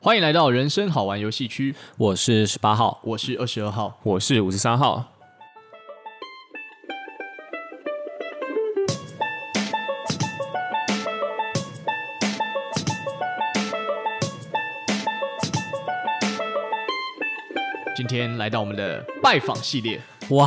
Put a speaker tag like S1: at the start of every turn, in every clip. S1: 欢迎来到人生好玩游戏区，
S2: 我是十八号，
S1: 我是二十二号。
S3: 我是五十三号。
S1: 今天来到我们的拜访系列，
S2: 哇，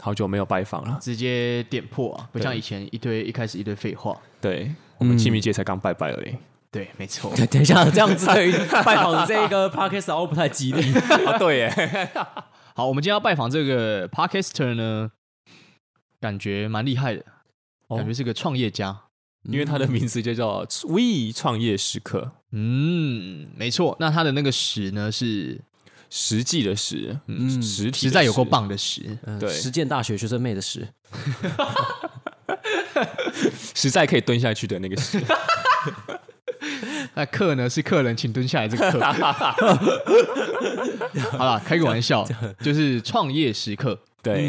S3: 好久没有拜访了，
S1: 直接点破啊，不像以前一堆一开始一堆废话。
S3: 对我们清明节才刚拜拜而已。
S1: 对，没错。
S2: 嗯哎等等一下，这样子对于拜访这一 个 podcast 好像不太吉利。
S3: 啊，对耶，
S1: 好，我们今天要拜访这个 podcaster 呢，感觉蛮厉害的，感觉是个创业家。
S3: 因为他的名字就叫 We 创业时刻，
S1: 嗯，没错。那他的那个屎呢是
S3: 实际的实，嗯，实体
S1: 实在有够
S3: 够，
S1: 棒的屎，
S2: 嗯
S3: 对
S2: 实践大学学生妹的事，
S3: 实在可以蹲下去的那个实。
S1: 那客呢是客人，请蹲下来。这个 客，好啦，开个玩笑，就是创业时刻。
S3: 对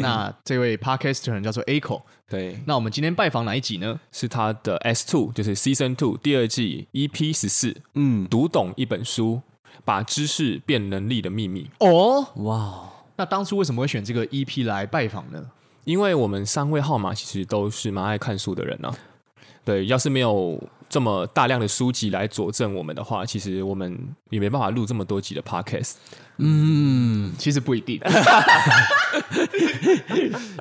S1: 嗯那这位 podcaster 呢叫做 Aiko。
S3: 对，
S1: 那我们今天拜访哪一集呢？
S3: 是他的 S Two，就是 Season Two 第二季 EP 十四，
S2: 嗯，
S3: 读懂一本书，把知识变能力的秘密。
S1: 哦，
S2: 哇，
S1: 那当初为什么会选这个 EP 来拜访呢？
S3: 因为我们三位号码其实都是蛮爱看书的人呢、对，要是没有这么大量的书籍来佐证我们的话，其实我们也没办法录这么多集的 podcast。
S2: 嗯，
S1: 其实不一定，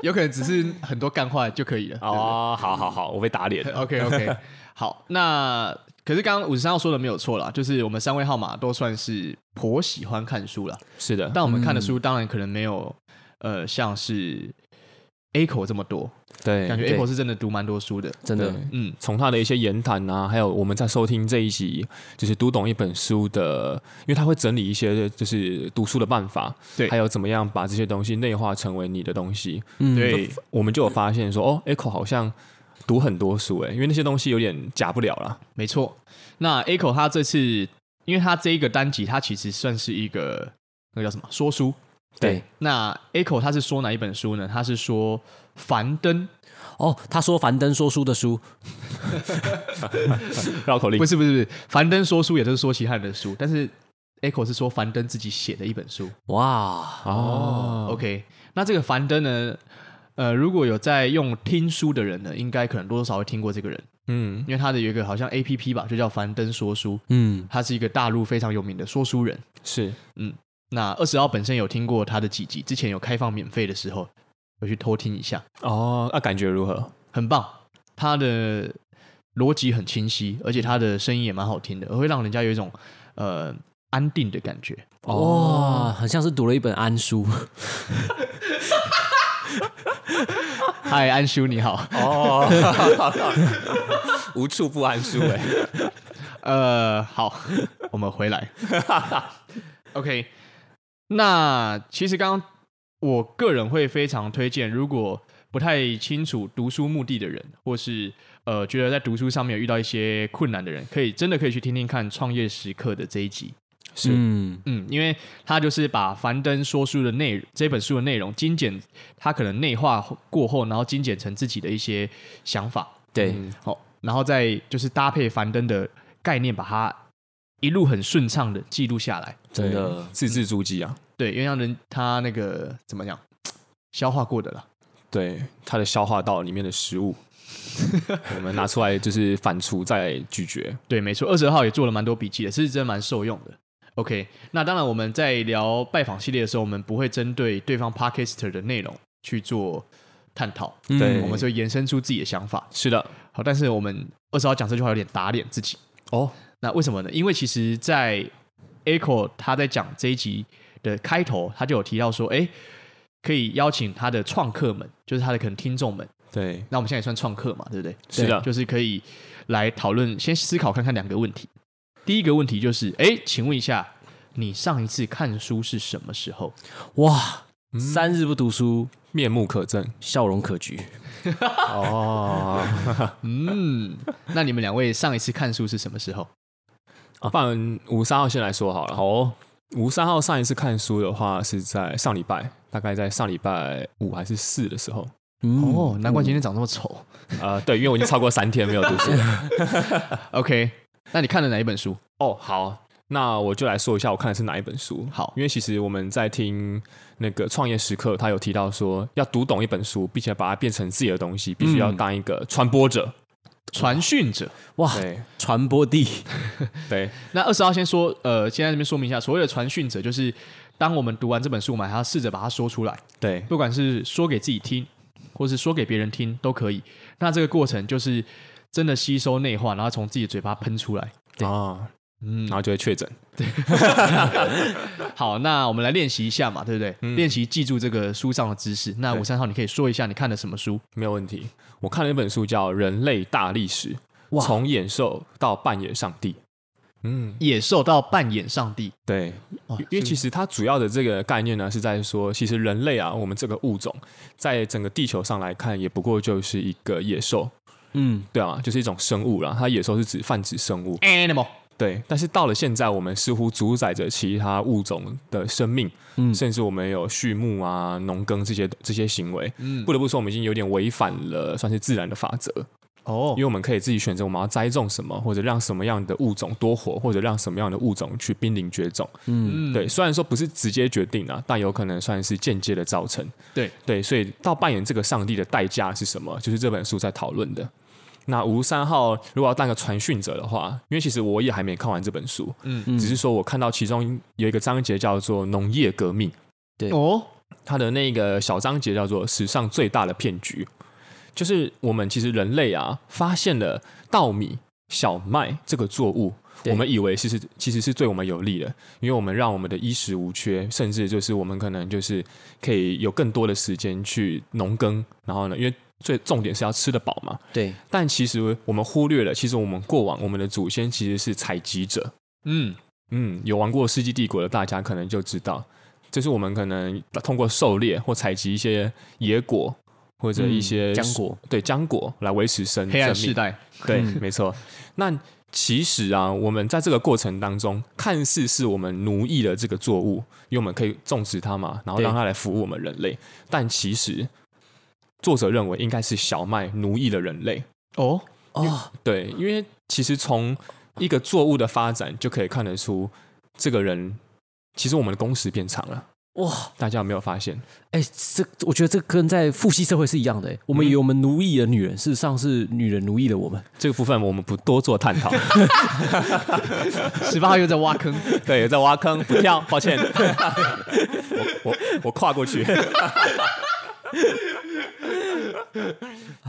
S1: 有可能只是很多干话就可以了。
S3: 哦，好好好，我被打脸了。
S1: OK OK，好，那可是刚刚五十三号说的没有错啦，就是我们三位号码都算是颇喜欢看书啦，
S3: 是的，
S1: 但我们看的书当然可能没有、呃像是 A 口这么多，
S3: 对，
S1: 感觉
S3: 嗯对
S1: A 口是真的读蛮多书的。
S2: 真的
S3: 对
S1: 嗯，
S3: 从他的一些言谈啊，还有我们在收听这一集，就是读懂一本书的，因为他会整理一些就是读书的办法，
S1: 对
S3: 还有怎么样把这些东西内化成为你的东西，
S1: 对，
S3: 我们就有发现说，哦，Echo 好像读很多书欸诶、因为那些东西有点假不了啦。
S1: 没错。那 A 口他这次，因为他这一个单集，他其实算是一个那个叫什么说书。
S2: 对，
S1: 那 A 口他是说哪一本书呢？他是说《樊登》，
S2: 哦，他说樊登说书的书，
S3: 绕口令
S1: 不是不是不是，樊登说书也就是说其他人的书，但是 Echo 是说樊登自己写的一本书。
S2: 哇，
S3: 哦
S1: OK，那这个樊登呢，呃，如果有在用听书的人呢，应该可能多多少少会听过这个人，
S3: 嗯，
S1: 因为他的有一个好像 A P P 吧，就叫樊登说书，
S2: 嗯，
S1: 他是一个大陆非常有名的说书人。
S3: 是
S1: 那二十号本身有听过他的几集，之前有开放免费的时候，有去偷听一下，
S3: 哦，那、感觉如何？
S1: 很棒，他的逻辑很清晰，而且他的声音也蛮好听的，而会让人家有一种呃安定的感觉。
S3: 哦
S2: 哇，很像是读了一本安书，
S1: 嗨，安叔你好。
S3: 哦， 无处不安书
S1: 欸
S3: 诶、
S1: 呃，好， 我们回来。OK，那其实刚刚我个人会非常推荐，如果不太清楚读书目的的人，或是呃觉得在读书上面有遇到一些困难的人，可以真的可以去听听看《创业时刻》的这一集。
S3: 是
S2: 嗯，
S1: 嗯，因为他就是把樊登说书的内这本书的内容精简，他可能内化过后，然后精简成自己的一些想法。
S2: 对，
S3: 嗯
S1: 好、然后再就是搭配樊登的概念，把它一路很顺畅的记录下来。
S2: 真
S3: 对
S2: 的，
S3: 字字珠玑啊。
S1: 对，因为让人他那个怎么讲，消化过的啦。
S3: 对，它的消化道里面的食 物，我们拿出来就是反刍再咀嚼。
S1: 对，没错，二十号也做了蛮多笔记的，是真的蛮受用的。OK，那当然我们在聊拜访系列的时候，我们不会针对对方 Podcaster 的内容去做探讨，
S3: 对
S2: 嗯
S1: 我们就延伸出自己的想法。
S3: 是的，
S1: 好，但是我们二十号讲这句话有点打脸自己。
S3: 哦，
S1: 那为什么呢？因为其实，在 Echo 他在讲这一集的开头，他就有提到说，哎，可以邀请他的创客们，就是他的可能听众们。
S3: 对，
S1: 那我们现在也算创客嘛，对不对？
S3: 是啊的
S1: 就是可以来讨论，先思考看看两个问题。第一个问题就是，哎，请问一下，你上一次看书是什么时候？
S2: 哇，
S3: 嗯
S2: 三日不读书，
S3: 面目可憎。
S2: 笑容可掬，
S3: 哦，
S1: 嗯，那你们两位上一次看书是什么时候？
S3: 不然吴三号先来说好了。好哦，吴三号上一次看书的话是在上礼拜，大概在上礼拜五还是四的时候。
S2: 嗯
S1: 哦，难怪今天长这么丑。
S3: 呃，对，因 为我已经超过三天没有读书了。
S1: OK，那你看了哪一本书？
S3: 哦，好，那我就来说一下我看的是哪一本书。
S1: 好
S3: 因为其实我们在听那个创业时刻，他有提到说要读懂一本书，并且把它变成自己的东西，必须要当一个传播者。
S1: 传讯者。
S2: 哇，
S3: 对
S2: 传播地
S3: 对，
S1: 那二十号先说，呃，先在这边说明一下，所谓的传讯者，就是当我们读完这本书，我们还要试着把它说出来，
S3: 对，
S1: 不管是说给自己听，或是说给别人听都可以。那这个过程就是真的吸收内化，然后从自己嘴巴喷出来。
S3: 啊，
S1: 嗯
S3: 然，后就会确诊。
S1: 好，那我们来练习一下嘛，对不对？练习记住这个书上的知识。那
S3: 嗯对
S1: 五三号，你可以说一下你看的什么书？
S3: 没有问题。我看了一本书叫《人类大历史》，从野兽到扮演上帝。嗯，
S1: 野兽到扮演上帝，
S3: 对，
S1: 哇
S3: 因为其实它主要的这个概念呢，是在说，其实人类啊，我们这个物种，在整个地球上来看，也不过就是一个野兽，
S2: 嗯，
S3: 对啊，就是一种生物啦。它野兽是指泛指生物，
S1: animal
S3: 对。但是到了现在，我们似乎主宰着其他物种的生命，
S2: 嗯
S3: 甚至我们有畜牧啊、农耕这些这些行为，
S1: 嗯
S3: 不得不说，我们已经有点违反了算是自然的法则。
S1: 哦
S3: 因为我们可以自己选择我们要栽种什么，或者让什么样的物种多活，或者让什么样的物种去濒临绝种。
S1: 嗯
S3: 对，虽然说不是直接决定啊，但有可能算是间接的造成。
S1: 对
S3: 对，所以到扮演这个上帝的代价是什么？就是这本书在讨论的。那吴三号如果要当个传讯者的话，因为其实我也还没看完这本书，
S1: 嗯
S3: 只是说我看到其中有一个章节叫做农业革命，
S1: 哦，
S3: 它的那个小章节叫做“史上最大的骗局”，就是我们其实人类啊，发现了稻米、小麦这个作物，
S2: 对
S3: 我们以为其实其实是对我们有利的，因为我们让我们的衣食无缺，甚至就是我们可能就是可以有更多的时间去农耕，然后呢，因为最重点是要吃得饱嘛。
S2: 对，
S3: 但其实我们忽略了，其实我们过往我们的祖先其实是采集者，
S1: 嗯
S3: 嗯，有玩过《世纪帝国》的大家可能就知道，就是我们可能通过狩猎或采集一些野果或者一些、
S2: 浆果，
S3: 对浆果来维持生
S1: 嗯黑暗
S3: 生
S1: 世
S3: 命。
S1: 代，嗯
S3: 对，没错。那其实啊，我们在这个过程当中，看似是我们奴役了这个作物，因为我们可以种植它嘛，然后
S2: 对
S3: 让它来服务我们人类。但其实，作者认为应该是小麦奴役了人类。
S1: 哦，
S2: 哦，
S3: 对，因为其实从一个作物的发展就可以看得出，这个人其实我们的工时变长了，
S2: 哇，
S3: 大家有没有发现？
S2: 哎，这我觉得这跟在父系社会是一样的，哎我们以为我们奴役了女人，事实上是女人奴役了我们。
S3: 这个部分我们不多做探讨，
S1: 十八号又在挖坑，
S3: 对，在挖坑不跳，抱歉， 我我我跨过去。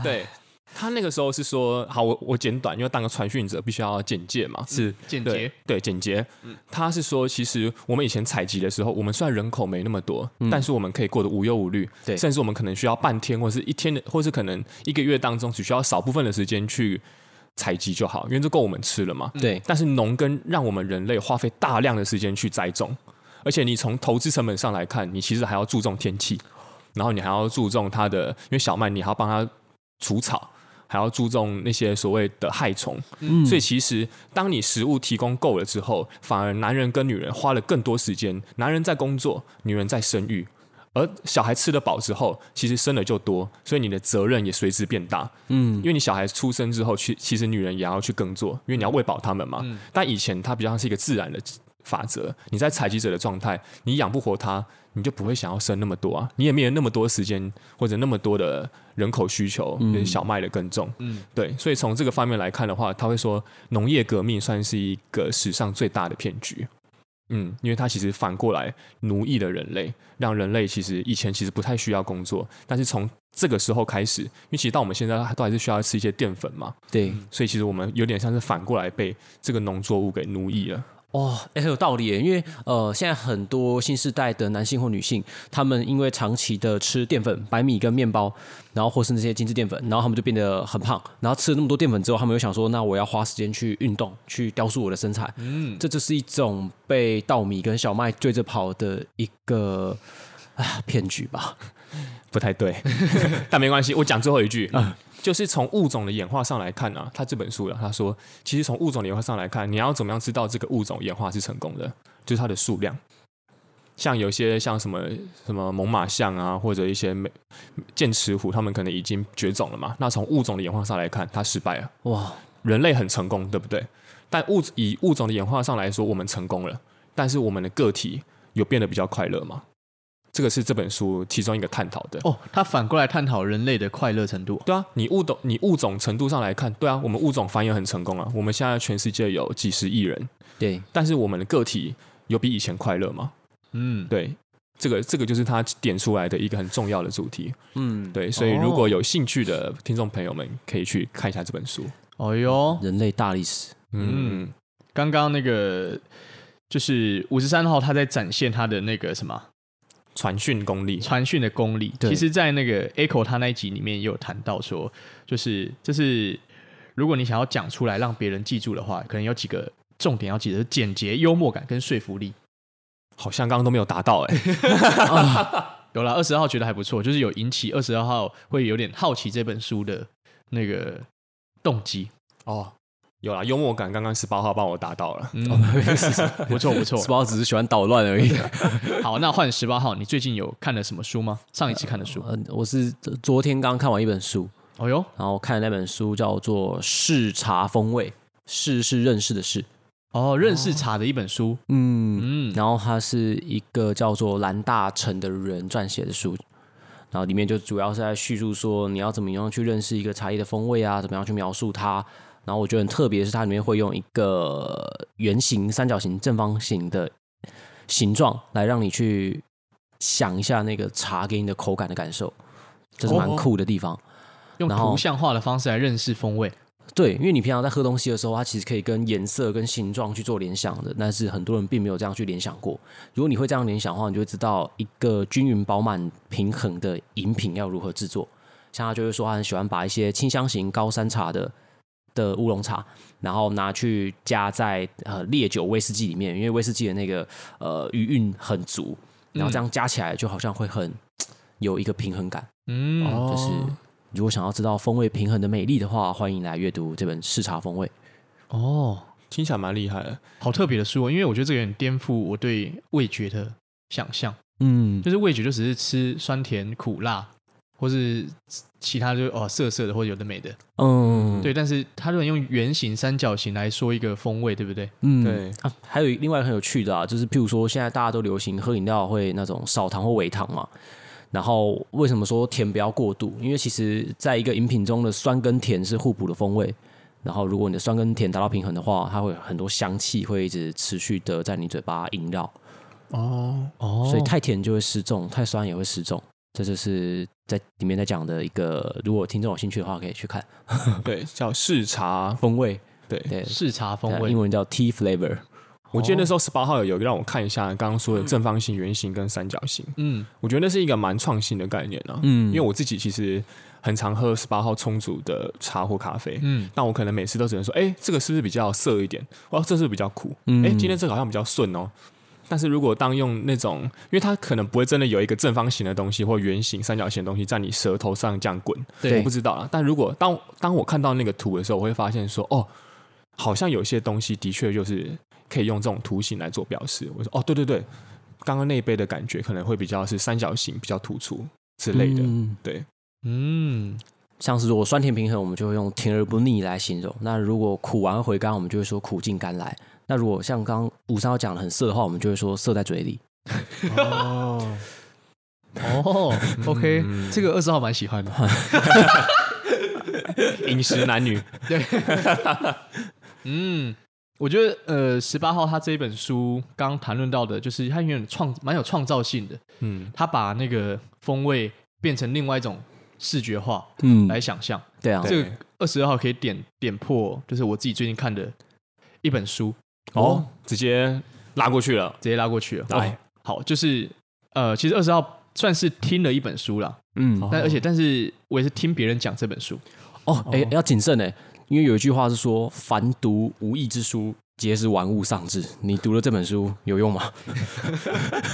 S3: 对他那个时候是说，好，我我简短，因为当个传讯者必须要简介嘛，是
S1: 简
S3: 对
S1: 洁，
S3: 对简洁。嗯他是说，其实我们以前采集的时候，我们虽然人口没那么多，但是我们可以过得无忧无虑，
S2: 对
S3: 甚至我们可能需要半天或是一天的，或是可能一个月当中只需要少部分的时间去采集就好，因为这够我们吃了嘛。
S2: 对，
S3: 但是农耕让我们人类花费大量的时间去栽种，而且你从投资成本上来看，你其实还要注重天气，然后你还要注重它的，因为小麦你还要帮它除草，还要注重那些所谓的害虫。
S2: 嗯
S3: 所以其实当你食物提供够了之后，反而男人跟女人花了更多时间，男人在工作，女人在生育。而小孩吃得饱之后，其实生的就多，所以你的责任也随之变大。
S2: 嗯，
S3: 因为你小孩出生之后，去其实女人也要去耕作，因为你要喂饱他们嘛。但以前它比较像是一个自然的法则，你在采集者的状态，你养不活它，你就不会想要生那么多啊，你也没有那么多时间或者那么多的人口需求，就是小麦的耕种。
S1: 嗯
S3: 对，所以从这个方面来看的话，他会说农业革命算是一个史上最大的骗局。嗯，因为它其实反过来奴役了人类，让人类其实以前其实不太需要工作，但是从这个时候开始，因为其实到我们现在都还是需要吃一些淀粉嘛，
S2: 对，
S3: 所以其实我们有点像是反过来被这个农作物给奴役了。
S2: 哦，哎、很有道理耶，因为呃，现在很多新时代的男性或女性，他们因为长期的吃淀粉、白米跟面包，然后或是那些精致淀粉，然后他们就变得很胖，然后吃了那么多淀粉之后，他们又想说，那我要花时间去运动，去雕塑我的身材，嗯，这就是一种被稻米跟小麦追着跑的一个啊骗局吧？
S3: 不太对，但没关系，我讲最后一句，就是从物种的演化上来看啊，他这本书啊，他说，其实从物种的演化上来看，你要怎么样知道这个物种演化是成功的，就是它的数量。像有些像什么什么猛犸象啊，或者一些美剑齿虎，它们可能已经绝种了嘛。那从物种的演化上来看，它失败了。
S2: 哇，
S3: 人类很成功，对不对？但物以物种的演化上来说，我们成功了，但是我们的个体有变得比较快乐吗？这个是这本书其中一个探讨的。
S1: 哦，他反过来探讨人类的快乐程度。
S3: 对啊，你物种你物种程度上来看，对啊，我们物种繁衍很成功啊，我们现在全世界有几十亿人，
S2: 对，
S3: 但是我们的个体有比以前快乐吗？
S1: 嗯，
S3: 对，这个这个就是他点出来的一个很重要的主题。
S2: 嗯，
S3: 对，所以如果有兴趣的听众朋友们，可以去看一下这本书。
S1: 哦哟，
S2: 人类大历史，
S1: 嗯
S3: 嗯，
S1: 刚刚那个就是五十三号，他在展现他的那个什么
S3: 传讯功力，
S1: 传讯的功力。
S2: 对
S1: 其实，在那个 Echo 他那一集里面也有谈到说，就是这是如果你想要讲出来让别人记住的话，可能有几个重点要记得：简洁、幽默感跟说服力。
S3: 好像刚刚都没有达到 哎、
S1: 有啦，二十号觉得还不错，就是有引起二十二号会有点好奇这本书的那个动机。
S3: 哦，有啦，幽默感刚刚十八号帮我达到了。
S1: 嗯， 不错不错
S2: 十。八只是喜欢捣乱而已。
S1: 好，那换十八号，你最近有看了什么书吗？上一期看的书？
S2: 呃，我是昨天刚看完一本书，
S1: 哦哟，
S2: 然后看的那本书叫做《视茶风味》，视是认识的视，
S1: 哦，认识茶的一本书。
S2: 嗯，
S1: 嗯，
S2: 然后他是一个叫做蓝大成的人撰写的书，然后里面就主要是在叙述说你要怎么样去认识一个茶叶的风味啊，怎么样去描述它。然后我觉得很特别的是，它里面会用一个圆形、三角形、正方形的形状来让你去想一下那个茶给你的口感的感受，这是蛮
S1: 哦
S2: 酷的地方。
S1: 用
S2: 然后
S1: 图像化的方式来认识风味。
S2: 对，因为你平常在喝东西的时候，它其实可以跟颜色、跟形状去做联想的，但是很多人并没有这样去联想过。如果你会这样联想的话，你就会知道一个均匀、饱满、平衡的饮品要如何制作。像他就会说，他很喜欢把一些清香型高山茶的的乌龙茶，然后拿去加在呃烈酒、威士忌里面，因为威士忌的那个呃余韵很足，然后这样加起来就好像会很有一个平衡感。
S1: 嗯，
S2: 哦就是如果想要知道风味平衡的美丽的话，欢迎来阅读这本《视察风味》。
S1: 哦，
S3: 听起来蛮厉害的。
S1: 好特别的书、哦，因为我觉得这个有点颠覆我对味觉的想象。
S2: 嗯，
S1: 就是味觉就只是吃酸甜苦辣，或是其他就是哦涩涩的或者有的没的。
S2: 嗯，
S1: 对，但是它就能用圆形、三角形来说一个风味，对不对？
S2: 嗯
S3: 对
S2: 啊，还有一另外一个很有趣的啊，就是譬如说现在大家都流行喝饮料会那种少糖或微糖嘛。然后为什么说甜不要过度？因为其实在一个饮品中的酸跟甜是互补的风味。然后如果你的酸跟甜达到平衡的话，它会有很多香气会一直持续的在你嘴巴萦绕。
S3: 哦，
S1: 哦
S2: 所以太甜就会失重，太酸也会失重。这就是在里面在讲的一个，如果听众有兴趣的话，可以去看
S3: 对，叫视察。
S2: 风味，
S3: 对，
S2: 对，
S1: 视察风
S2: 对
S1: 味
S2: 英。文叫 tea flavor。
S3: 我记得那
S2: 哦
S3: 时候十八号有让我看一下刚刚说
S2: 嗯
S3: 的正方形、圆形跟三角形，
S1: 嗯，
S3: 我觉得那是一个蛮创新的概念啊。
S2: 嗯
S3: 因为我自己其实很常喝十八号冲煮的茶或咖啡，
S1: 嗯
S3: 嗯，但我可能每次都只能说，哎、这个是不是比较涩一点？哇，这是不是比较苦？哎、
S2: 嗯
S3: 今天这个好像比较顺哦。但是如果当用那种，因为它可能不会真的有一个正方形的东西或圆形、三角形的东西在你舌头上这样滚，
S1: 对
S3: 我不知道啦。但如果当当我看到那个图的时候，我会发现说，哦，好像有些东西的确就是可以用这种图形来做表示。我说，哦，对对对，刚刚那一杯的感觉可能会比较是三角形，比较突出之类的。
S2: 嗯
S3: 对，
S1: 嗯，
S2: 像是如果酸甜平衡，我们就会用甜而不腻来形容；那如果苦完回甘，我们就会说苦尽甘来；那如果像刚刚五三幺讲的很涩的话，我们就会说涩在嘴里。
S3: 哦，
S1: 哦
S2: 嗯
S1: ，OK，这个二十号蛮喜欢的。
S3: 饮食男女，
S1: 嗯，我觉得呃，十八号他这一本书刚谈论到的，就是他有点创蛮有创造性的，
S3: 嗯，
S1: 他把那个风味变成另外一种视觉化
S2: 嗯
S1: 来想象。
S2: 对啊，
S1: 这个二十二号可以点点破，就是我自己最近看的一本书，
S3: 哦，直接拉过去了，
S1: 直接拉过去了。
S3: 来
S1: 哦好，就是呃，其实二十号算是听了一本书啦，
S2: 嗯
S1: 但而且但是我也是听别人讲这本书。
S2: 哦，哎、要谨慎哎，因为有一句话是说“凡读无益之书，皆是玩物丧志”。你读了这本书有用吗？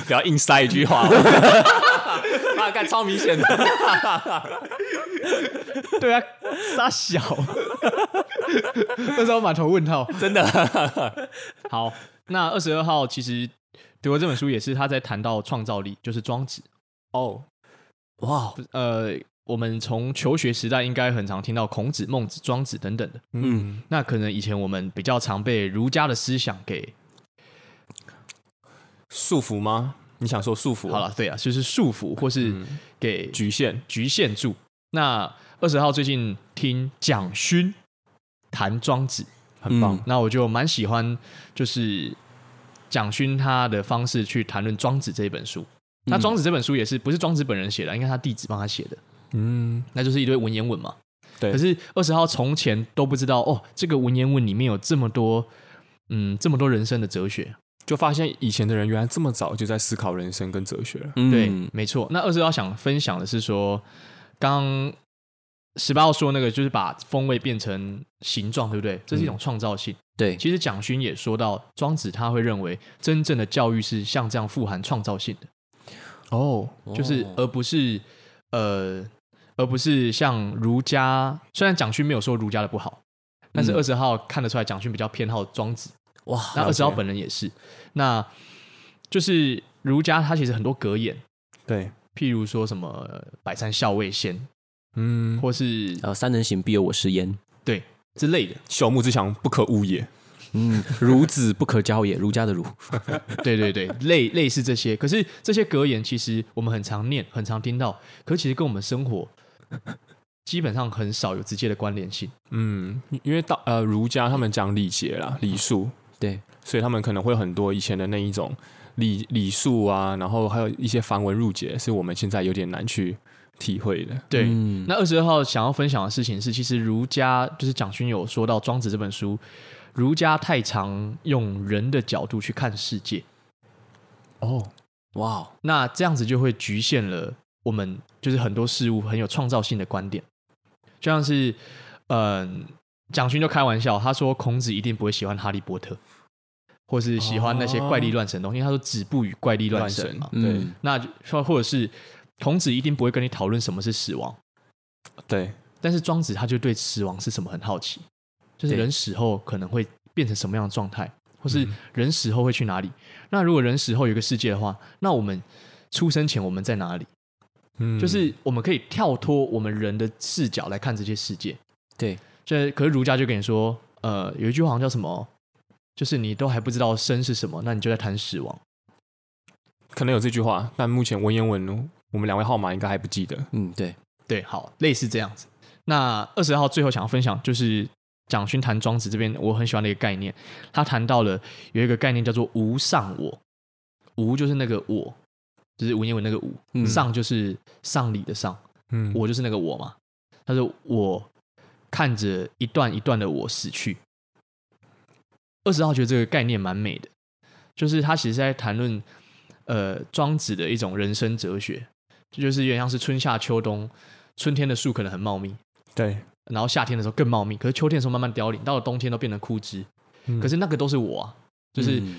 S3: 不要硬塞一句话。 那干超明显的，
S1: 对啊，傻小， 那时候满头问号，真的。 好，那二十二号其实读了这本书也是他在谈到创造力，就是庄子。
S3: 哦，
S2: 哇，
S1: 呃，我们从求学时代应该很常听到孔子、孟子、庄子等等的。
S3: 嗯，
S1: 那可能以前我们比较常被儒家的思想给
S3: 束缚吗？你想说束缚？
S1: 好，了，对啊，就是束缚或是
S3: 嗯，
S1: 给
S3: 局限。
S1: 局限住。那二十号最近听蒋勋谈庄子，
S3: 很棒
S2: 嗯
S1: 那我就蛮喜欢，就是蒋勋他的方式去谈论《庄子》这一本书。那《庄子》这本书也是不是庄子本人写的，应该他弟子帮他写的，
S3: 嗯，
S1: 那就是一堆文言文嘛。
S3: 对
S1: 可是二十号从前都不知道哦，这个文言文里面有这么多，嗯，这么多人生的哲学。
S3: 就发现以前的人原来这么早就在思考人生跟哲学了。
S2: 嗯
S1: 对，没错。那二十号想分享的是说，刚十八号说那个就是把风味变成形状，对不对？这是一
S3: 嗯
S1: 种创造性。
S2: 对，
S1: 其实蒋勋也说到，庄子他会认为真正的教育是像这样富含创造性的，
S3: 哦，
S1: 就是而不是呃，而不是像儒家。虽然蒋勋没有说儒家的不好，但是
S2: 嗯
S1: 二十号看得出来，蒋勋比较偏好庄子，
S2: 哇，
S1: 那
S3: 了
S1: 二
S3: 解
S1: 十号本人也是。那就是儒家他其实很多格言，
S3: 对，
S1: 譬如说什么呃“百善孝为先
S3: 嗯”，
S1: 或是
S2: 呃，三人行必有我师焉。
S1: 对之类的。
S3: 朽木之强不可污也。
S2: 嗯，孺子不可教也，儒家的儒。
S1: 对对对，类类似这些。可是这些格言其实我们很常念，很常听到，可其实跟我们生活基本上很少有直接的关联性。
S3: 嗯，因为道呃儒家他们讲礼节啦、礼数，
S2: 对，
S3: 所以他们可能会有很多以前的那一种礼礼数啊，然后还有一些繁文缛节，是我们现在有点难去体会的。
S1: 对，
S2: 嗯
S1: 那二十二号想要分享的事情是，其实儒家就是蒋勋有说到《庄子》这本书，儒家太常用人的角度去看世界，
S3: 哦，
S2: 哇哦，
S1: 那这样子就会局限了我们就是很多事物很有创造性的观点，就像是嗯，蒋勋就开玩笑，他说孔子一定不会喜欢哈利波特，或是喜欢那些怪力乱神的东西，因为他说子不语怪力乱神嘛，
S3: 对、
S2: 嗯
S1: 那就说或者是孔子一定不会跟你讨论什么是死亡，
S3: 对，
S1: 但是庄子他就对死亡是什么很好奇，就是
S2: 对嗯
S1: 人死后可能会变成什么样的状态，或是人死后会去哪里。那如果人死后有一个世界的话，那我们出生前我们在哪里？
S3: 嗯
S1: 就是我们可以跳脱我们人的视角来看这些世界。
S2: 对，
S1: 这可是儒家就跟你说，呃，有一句话好像叫什么，就是你都还不知道生是什么，那你就在谈死亡。
S3: 可能有这句话，但目前文言文我们两位号码应该还不记得。
S2: 嗯，对，
S1: 对，好，类似这样子。那二十号最后想要分享就是蒋勋谈庄子这边我很喜欢的一个概念，他谈到了有一个概念叫做无上我，无就是那个我，就是文言文那个无，
S2: 嗯
S1: 上就是上礼的上，
S3: 嗯
S1: 我就是那个我嘛。他说我看着一段一段的我死去。二十号觉得这个概念蛮美的，就是他其实在谈论呃庄子的一种人生哲学，这就是有点像是春夏秋冬，春天的树可能很茂密，
S3: 对，
S1: 然后夏天的时候更茂密，可是秋天的时候慢慢凋零，到了冬天都变成枯枝。
S3: 嗯
S1: 可是那个都是我啊，就是
S2: 嗯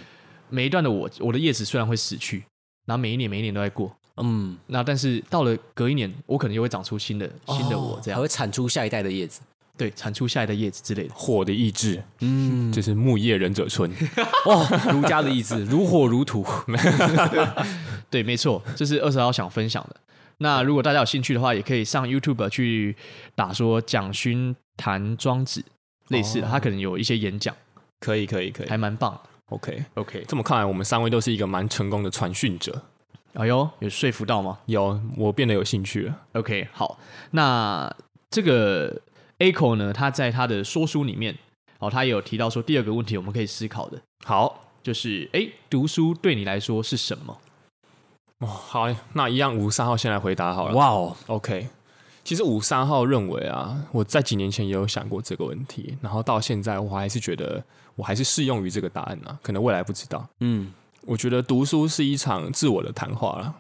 S1: 每一段的我，我的叶子虽然会死去，然后每一年每一年都在过，
S2: 嗯，
S1: 那但是到了隔一年，我可能又会长出新的新的我，这样、
S2: 哦还会产出下一代的叶子。
S1: 对，产出下一代叶子之类的。
S3: 火的意志，
S2: 嗯，
S3: 就是木叶忍者村。
S2: 哇，儒家的意志，如火如荼。
S1: 对，没错，这是二十号想分享的。那如果大家有兴趣的话，也可以上 YouTube 去打说蒋勋谈庄子，类似的，
S3: 哦
S1: 他可能有一些演讲，
S3: 可以，可以，可以
S1: 还。蛮棒的。
S3: OK，
S1: OK，
S3: 这么看来，我们三位都是一个蛮成功的传讯者。
S1: 哎呦，有说服到吗
S3: 有，我变得有兴趣了。
S1: ？OK，好，那这个 Aiko 呢，他在他的说书里面，哦，他也有提到说第二个问题我们可以思考的，
S3: 好，
S1: 就是哎，读书对你来说是什么？
S3: 哦，好，那一样五三号先来回答好了。
S2: 哇哦，
S3: OK，其实五三号认为啊，我在几年前也有想过这个问题，然后到现在我还是觉得我还是适用于这个答案啊，可能未来不知道。
S2: 嗯
S3: 我觉得读书是一场自我的谈话啦，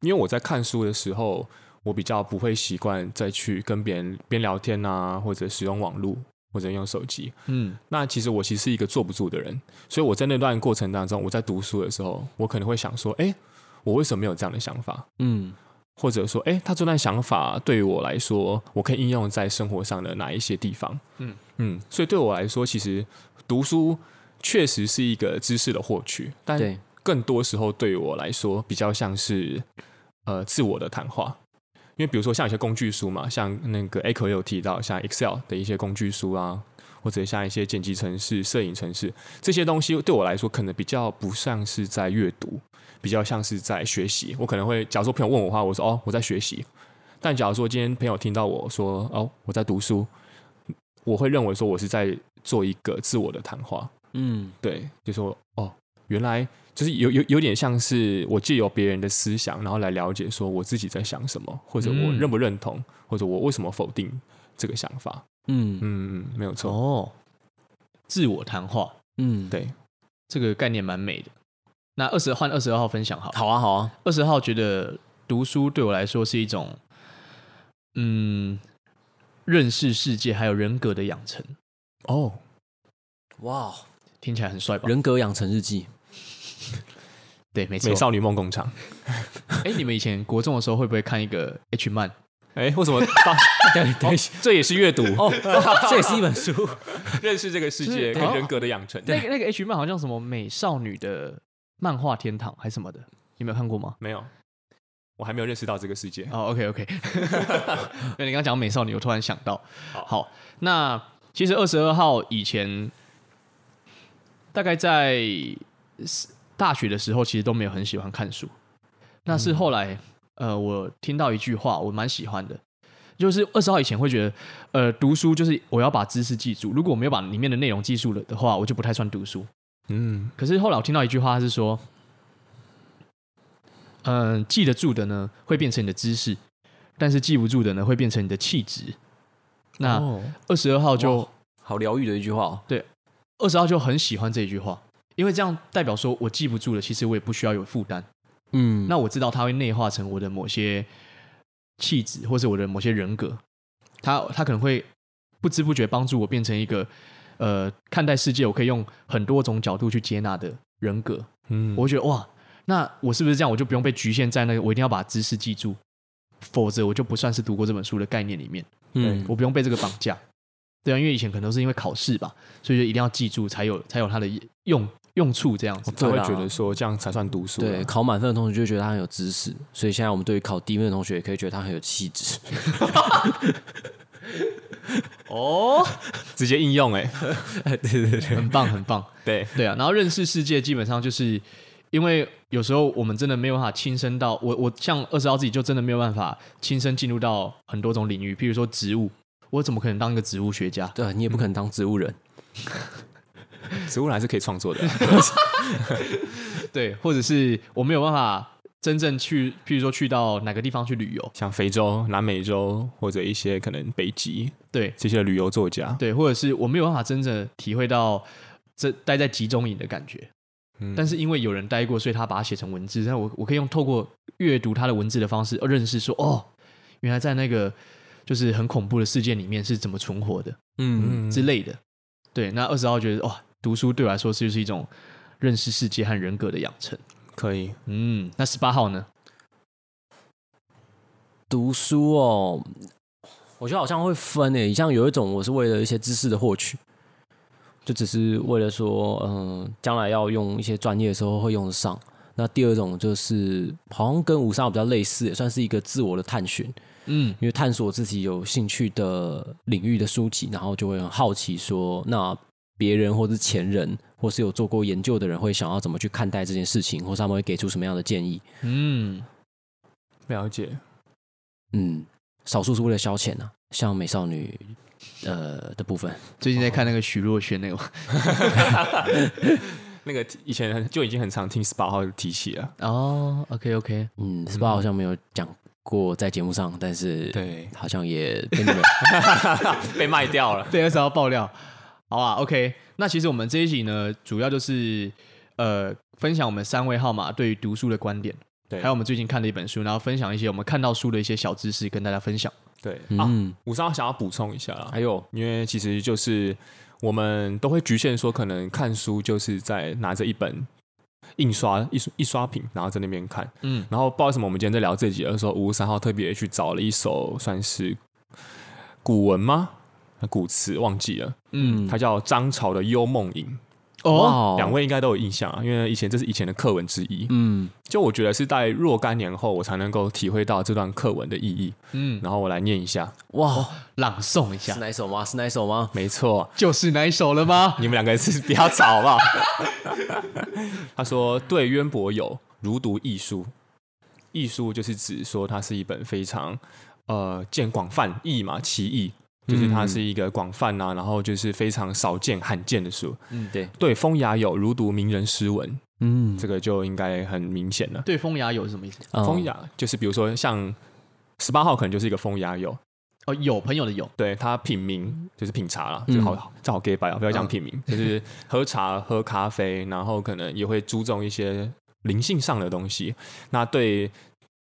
S3: 因为我在看书的时候，我比较不会习惯再去跟别人边聊天啊，或者使用网络或者用手机。
S1: 嗯，
S3: 那其实我其实是一个坐不住的人，所以我在那段过程当中，我在读书的时候，我可能会想说，哎，我为什么没有这样的想法？
S2: 嗯
S3: 或者说，哎、他这段想法对于我来说，我可以应用在生活上的哪一些地方？
S1: 嗯
S3: 嗯嗯，所以对我来说，其实读书确实是一个知识的获取，但
S2: 对
S3: 更多时候对于我来说，比较像是呃自我的谈话。因为比如说像有些工具书嘛，像那个 Echo 也有提到，像 Excel 的一些工具书啊，或者像一些剪辑程式、摄影程式这些东西，对我来说可能比较不像是在阅读，比较像是在学习。我可能会，假如说朋友问我的话，我说哦我在学习，但假如说今天朋友听到我说哦我在读书，我会认为说我是在做一个自我的谈话，
S2: 嗯，
S3: 对，就说哦，原来就是有有有点像是我借由别人的思想，然后来了解说我自己在想什么，或者我
S1: 嗯
S3: 认不认同，或者我为什么否定这个想法。
S2: 嗯，
S3: 嗯，嗯没有错，
S1: 哦，自我谈话
S2: 嗯，，
S3: 对，
S1: 这个概念蛮美的。那二十换二十二号分享好了，
S2: 好啊，好啊，
S1: 二十号觉得读书对我来说是一种，嗯，认识世界还有人格的养成，
S3: 哦，
S2: 哇，
S1: 听起来很帅吧？
S2: 人格养成日记，
S1: 对，没错
S3: 美。少女梦工厂。
S1: 哎、你们以前国中的时候会不会看一个 H man？
S3: 哎，为什么到？
S2: 对对，
S3: 这也是阅读，
S2: 哦，这也是一本书，
S3: 认识这个世界
S1: 是哦
S3: 跟人格的养成。
S1: 那个那个 H man 好像什么美少女的漫画天堂还是什么的，你们有看过吗？
S3: 没有，我还没有认识到这个世界。
S1: 哦，OK，OK、o k OK，对你刚刚讲美少女，我突然想到，
S3: 好
S1: 好，那其实二十二号以前，大概在大学的时候，其实都没有很喜欢看书。那是后来，呃，我听到一句话，我蛮喜欢的，就是二十号以前会觉得，呃，读书就是我要把知识记住，如果我没有把里面的内容记住了的话，我就不太算读书。
S3: 嗯，
S1: 可是后来我听到一句话是说，嗯、记得住的呢会变成你的知识，但是记不住的呢会变成你的气质。那
S2: 哦
S1: 二十二号就
S2: 哇好疗愈的一句话哦，
S1: 二十号就很喜欢这一句话，因为这样代表说我记不住了，其实我也不需要有负担。
S2: 嗯，
S1: 那我知道它会内化成我的某些气质，或是我的某些人格。它它可能会不知不觉帮助我变成一个呃看待世界，我可以用很多种角度去接纳的人格。
S3: 嗯
S1: 我会觉得哇，那我是不是这样，我就不用被局限在那个我一定要把知识记住，否则我就不算是读过这本书的概念里面，
S2: 嗯，
S1: 我不用被这个绑架。对啊，因为以前可能都是因为考试吧，所以就一定要记住才有才有它的用用处这样子。
S3: 才会
S2: 对啦
S3: 觉得说这样才算读书啊。
S2: 对，考满分的同学就会觉得他很有知识，所以现在我们对于考低分的同学也可以觉得他很有气质。
S1: 哦，
S3: 直接应 用哎，
S2: 对对对，
S1: 很棒很棒。
S3: 对，
S1: 对啊，然后认识世界基本上就是因为有时候我们真的没有办法亲身到我我像二十号自己就真的没有办法亲身进入到很多种领域，譬如说植物，我怎么可能当一个植物学家？
S2: 对你也不可能当植物人，
S3: 植物人还是可以创 作的啊。
S1: 对，或者是我没有办法真正去，譬如说去到哪个地方去旅游，
S3: 像非洲、南美洲或者一些可能北极
S1: 对
S3: 这些旅游作家，
S1: 对，或者是我没有办法真正体会到这待在集中营的感觉。
S3: 嗯
S1: 但是因为有人待过，所以他把它写成文字，但我我可以用透过阅读他的文字的方式，呃认识说哦，原来在那个就是很恐怖的世界里面是怎么存活的
S2: 嗯，
S1: 之类的。对，那二十号觉得哇，读书对我来说是就是一种认识世界和人格的养成。
S3: 可以，
S1: 嗯，那十八号呢？
S2: 读书哦，我觉得好像会分诶，像有一种我是为了一些知识的获取，就只是为了说，嗯、将来要用一些专业的时候会用得上。那第二种就是好像跟五三比较类似，也算是一个自我的探寻，
S1: 嗯
S2: 因为探索自己有兴趣的领域的书籍，然后就会很好奇说，那别人或是前人，或是有做过研究的人，会想要怎么去看待这件事情，或是他们会给出什么样的建议？
S1: 嗯，
S3: 了解。
S2: 嗯，少数是为了消遣啊，像美少女呃的部分，
S1: 最近在看那个许若瑄那个
S3: 那个以前很就已经很常听十八号提起了，
S1: 哦，OK OK，
S2: 嗯，是吧？好像没有讲过在节目上，但是
S3: 对，
S2: 好像也被你 们
S3: 被卖掉了。
S1: 对，二十号爆料，好啊，OK。那其实我们这一集呢，主要就是呃分享我们三位号码对于读书的观点，
S3: 对
S1: 还有我们最近看的一本书，然后分享一些我们看到书的一些小知识跟大家分享。
S3: 对啊，
S2: 嗯，哎
S3: 五三号想要补充一下啦，
S2: 还有
S3: 因为其实就是我们都会局限说，可能看书就是在拿着一本印刷一一刷屏，然后在那边看。
S1: 嗯
S3: 然后不知道为什么我们今天在聊这集的时候，五三号特别去找了一首算是古文吗？古词忘记了，
S1: 嗯
S3: 它叫张潮的《幽梦吟》。
S1: 哦，
S2: 哇
S3: 两位应该都有印象啊，因为以前这是以前的课文之一。
S2: 嗯，
S3: 就我觉得是在若干年后，我才能够体会到这段课文的意义。
S1: 嗯，
S3: 然后我来念一下，
S2: 哇，
S1: 朗诵一
S2: 是
S1: 下，
S2: 哪一首吗？是哪一首吗？
S3: 没错，
S1: 就是哪一首了吗？
S3: 你们两个是不要吵好不好？ 他说：“对渊博友，如读艺书。艺书就是指说它是一本非常呃见广泛义嘛，其义就是它是一个广泛啊，然后就是非常少见罕见的书。
S2: 嗯，对，
S3: 对风雅友，如读名人诗文，
S2: 嗯，
S3: 这个就应该很明显了。
S1: 对风雅有是什么意思？
S2: 哦
S3: 风雅就是比如说像十八号可能就是一个风雅友，
S1: 哦，有朋友的有，
S3: 对他品茗就是品茶啦，这个好、这好 gay 白啊，不要讲品茗，就是喝茶、喝咖啡，然后可能也会注重一些灵性上的东西。那对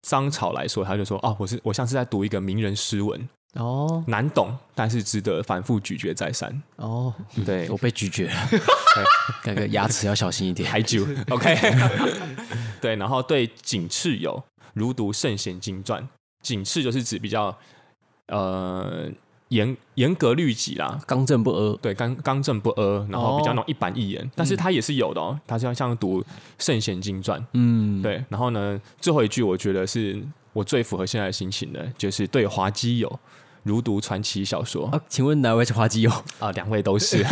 S3: 商朝来说，他就说哦，我是我像是在读一个名人诗文，
S1: 哦
S3: 难懂，但是值得反复咀嚼再三。
S1: 哦，
S3: 对
S2: 我， 被拒绝了， 感觉牙齿要小心一点。
S3: 台酒 ，OK，对，然后对景赤友如读圣贤经传，景赤就是指比较呃严严格律己啦，
S2: 刚正不阿，
S3: 对，刚刚正不阿，然后比较那种一板一眼，但是他也是有的哦，他是要像读《圣贤经传》
S2: 嗯，
S3: 对，然后呢，最后一句我觉得是我最符合现在的心情的，就是对滑稽友如读传奇小说啊、
S2: 啊，请问哪位是花基友？
S3: 两位都是，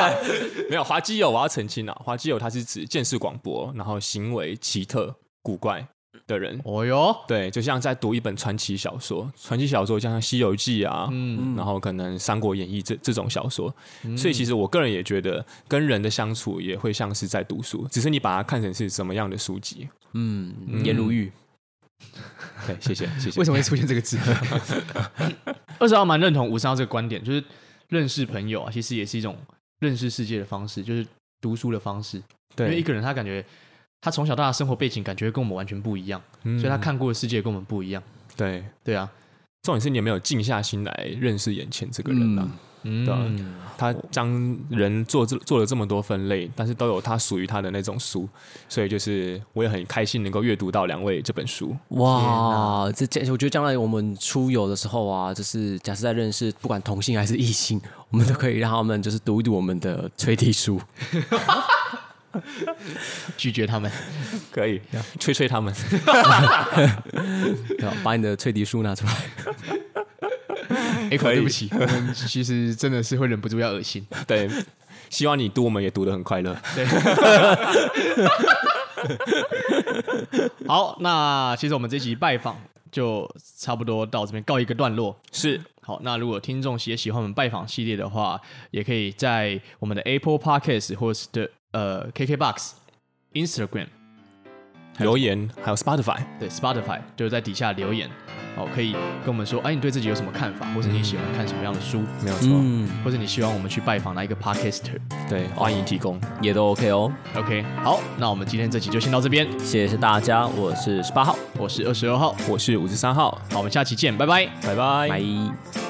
S3: 没有滑稽友，我要澄清啊，滑稽友他是指见识广博，然后行为奇特古怪的人，
S1: 哦哟，
S3: 对，就像在读一本传奇小说，传奇小说像《西游记》啊，
S1: 嗯
S3: 然后可能《三国演义这》这种小说，所以其实我个人也觉得，跟人的相处也会像是在读书，只是你把它看成是什么样的书籍。
S2: 嗯，颜如玉，
S3: 对，谢谢，谢谢。
S1: 为什么会出现这个字？ 二十号蛮认同吴三号这个观点，就是认识朋友啊，其实也是一种认识世界的方式，就是读书的方式。因为一
S3: 对，
S1: 个人他感觉他从小到大的生活背景感觉跟我们完全不一样，
S3: 嗯
S1: 所以他看过的世界跟我们不一样。
S3: 对，
S1: 对啊，
S3: 重点是你有没有静下心来认识眼前这个人啊
S2: 嗯？，
S3: 对啊
S1: 嗯，
S3: 他将人做这做了这么多分类，但是都有他属于他的那种书，所以就是我也很开心能够阅读到两位这本书。
S2: 哇，这这，我觉得将来我们出游的时候啊，就是假设在认识不管同性还是异性，我们都可以让他们就是读一读我们的催题书。
S1: 拒绝 他们。
S3: 可以吹吹 他们。
S2: 对啊把你的脆皮书拿出来。
S1: 哎、对不起，我们其实真的是会忍不住要恶心。
S3: 对，希望你读我们也读得很快乐。
S1: 好，那其实我们这集拜访就差不多到这边告一个段落。
S3: 是，
S1: 好，那如果听众也喜欢我们拜访系列的话，也可以在我们的 Apple Podcast 或是的呃 KKBox、Instagram、
S3: 留言还有 Spotify，
S1: 对 Spotify 就在底下留言，哦，可以跟我们说，哎，你对自己有什么看法，或者你喜欢看什么样的书，
S3: 没有错，
S2: 嗯，
S1: 或者你希望我们去拜访哪一个 Podcaster。
S3: 对，欢迎提供。
S2: 也都 OK 哦。
S1: OK，好，那我们今天这集就先到这边，
S2: 谢谢大家，我是十八号，
S1: 我是二十二号，
S3: 我是五十三号，
S1: 好，我们下期见，拜拜。
S3: 拜拜。
S2: 拜。